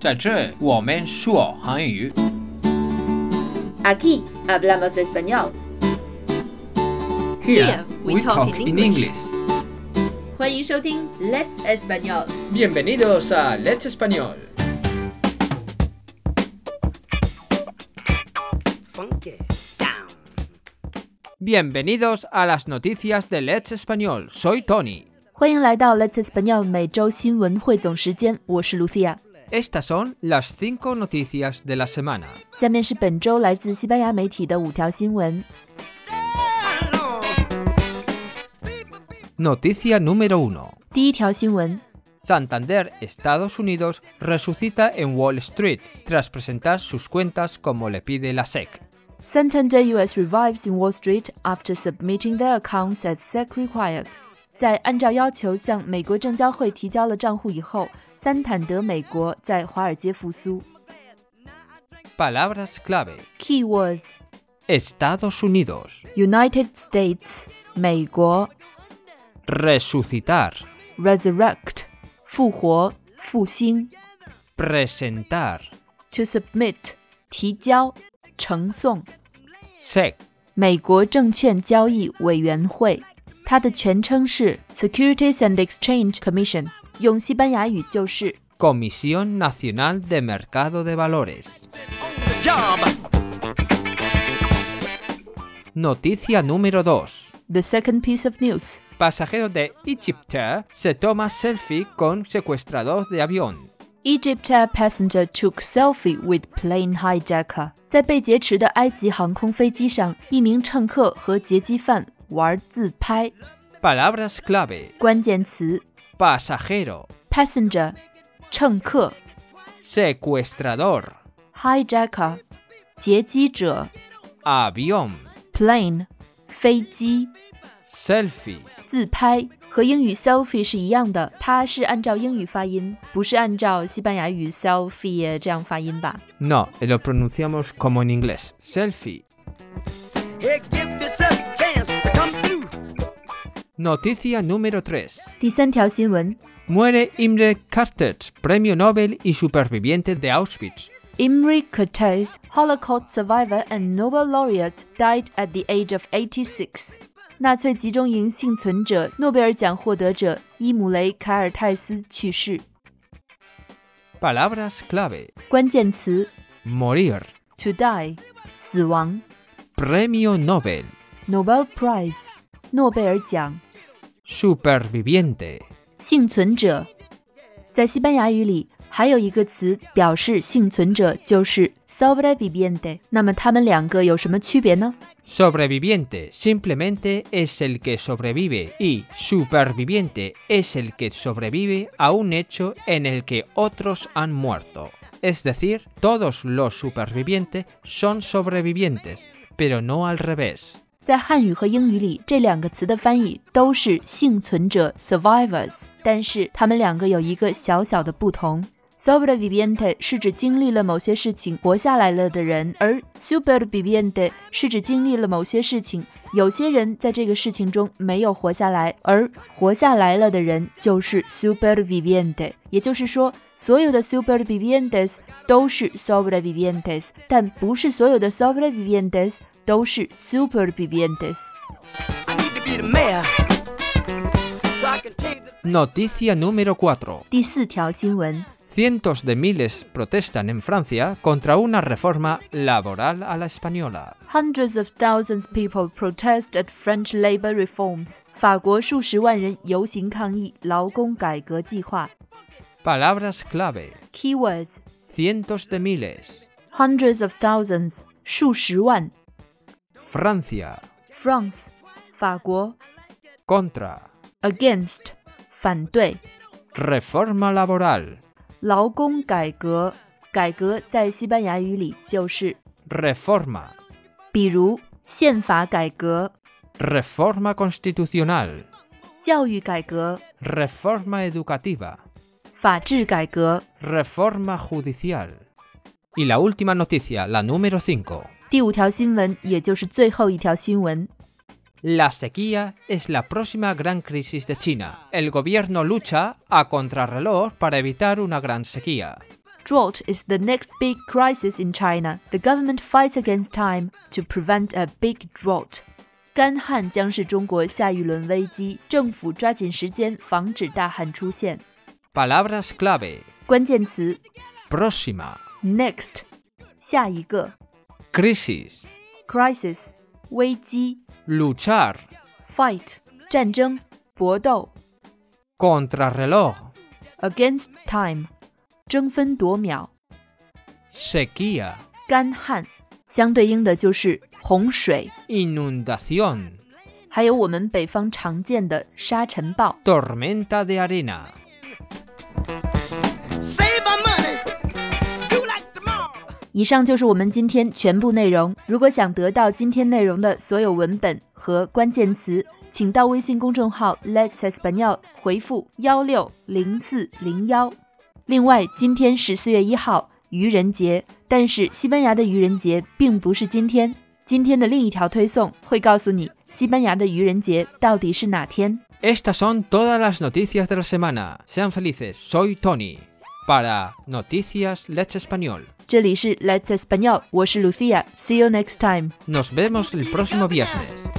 在这我们说韩语。 Aquí hablamos español. Here we talk in English. 欢迎收听 Let's Español。 Bienvenidos a Let's Español. Funky Town. Bienvenidos a las noticias de Let's Español. Soy Tony. 欢迎来到 Let's Español 每周新闻汇总时间，我是 Lucia。 Estas son las cinco noticias de la semana. 下面是本周来自西班牙媒体的五条新闻。 Noticia número uno. 第一条新闻： Santander, Estados Unidos, resucita en Wall Street tras presentar sus cuentas como le pide la E SEC. Santander U.S. revives in Wall Street after submitting their accounts as SEC required。在按照要求向美国证交会提交了账户以后，三坦德美国在华尔街复苏。 Palabras clave. Keywords: Estados Unidos. United States 美国 Resucitar. resurrect 复活复兴 Presentar. to submit 提交呈送 SEC. 美国证券交易委员会，它的全称是 Securities and Exchange Commission，用西班牙语就是 Comisión Nacional de Mercado de Valores. Noticia número 2. The Second Piece of News。 Pasajero de Egyptair se toma selfie con secuestrador de avión. Egyptair passenger took selfie with plane hijacker。在被劫持的埃及航空飞机上，一名乘客和劫机犯玩自拍。 Palabras clave. 关键词 Pasajero. passenger，乘客 Secuestrador. hijacker，劫机者 Avión. plane，飞机。 Selfie. 自拍和英语 selfie 是一样的，它是按照英语发音，不是按照西班牙语 selfie 这样发音吧？ No, eh, lo pronunciamos como en inglés. Selfie. Hey, give yourself a chance to come through. Noticia número 3. 第三条新闻 Muere Imre Kertész, premio Nobel y superviviente de Auschwitz. ，Imre Kertész, Holocaust survivor and Nobel laureate, died at the age of 86。纳粹集中营幸存者、诺贝尔奖获得者伊姆雷·凯尔泰斯去世。 Palabras clave. 关键词 Morir. to die，死亡。 Premio Nobel. Nobel Prize，诺贝尔奖。 Superviviente. 幸存者，在西班牙语里还有一个词表示幸存者，就是 sobreviviente。那么它们两个有什么区别呢？ Sobreviviente simplemente es el que sobrevive y superviviente es el que sobrevive a un hecho en el que otros han muerto. Es decir, todos los supervivientes son sobrevivientes, pero no al revés. 在汉语和英语里，这两个词的翻译都是幸存者 （survivors），但是它们两个有一个小小的不同。Sobreviviente 是指经历了某些事情活下来了的人，而 superviviente 是指经历了某些事情，有些人在这个事情中没有活下来，而活下来了的人就是 superviviente。也就是说，所有的 supervivientes 都是 sobrevivientes，但不是所有的 sobrevivientes 都是 supervivientes。 I need to be the mayor. So I can change the Noticia número 4. 第四条新闻。 Cientos de miles protestan en Francia contra una reforma laboral a la española. Hundreds of thousands people protest at French labor reforms。法国数十万人游行抗议劳工改革计划。 Palabras clave. Keywords: Cientos de miles. hundreds of thousands，数十万。 Francia. France，法国。 Contra. Against，反对。 Reforma laboral. 劳工改革，改革在西班牙语里就是， Reforma. 比如宪法改革、 Reforma constitucional. 教育改革、 Reforma educativa. 法治改革。 Reforma judicial. Y la última noticia, la número 5. 第五条新闻，也就是最后一条新闻。 La sequía es la próxima gran crisis de China. El gobierno lucha a contrarreloj para evitar una gran sequía. Drought is the next big crisis in China. The government fights against time to prevent a big drought. 干旱将是中国下一轮危机，政府抓紧时间防止大旱出现。 Palabras clave. 关键词 Próxima. next，下一个 Crisis. crisis，危机 Luchar. fight，战争搏斗 Contrarreloj. against time，争分夺秒 Sequía. 干旱，相对应的就是洪水， Inundación. 还有我们北方常见的沙尘暴。 Tormenta de arena. Save my money. Do like tomorrow. 以上就是我们今天全部内容。如果想得到今天内容的所有文本和关键词，请到微信公众号 Let's Espanol 回复幺六零四零幺。另外，今天是四月一号，愚人节，但是西班牙的愚人节并不是今天。今天的另一条推送会告诉你西班牙的愚人节到底是哪天。 Estas son todas las noticias de la semana. Sean felices. Soy Tony. Para Noticias Let's Español. 这里是 Let's Espanol，我是 Lucia，See you next time。 Nos vemos el próximo viernes. Uh. Uh.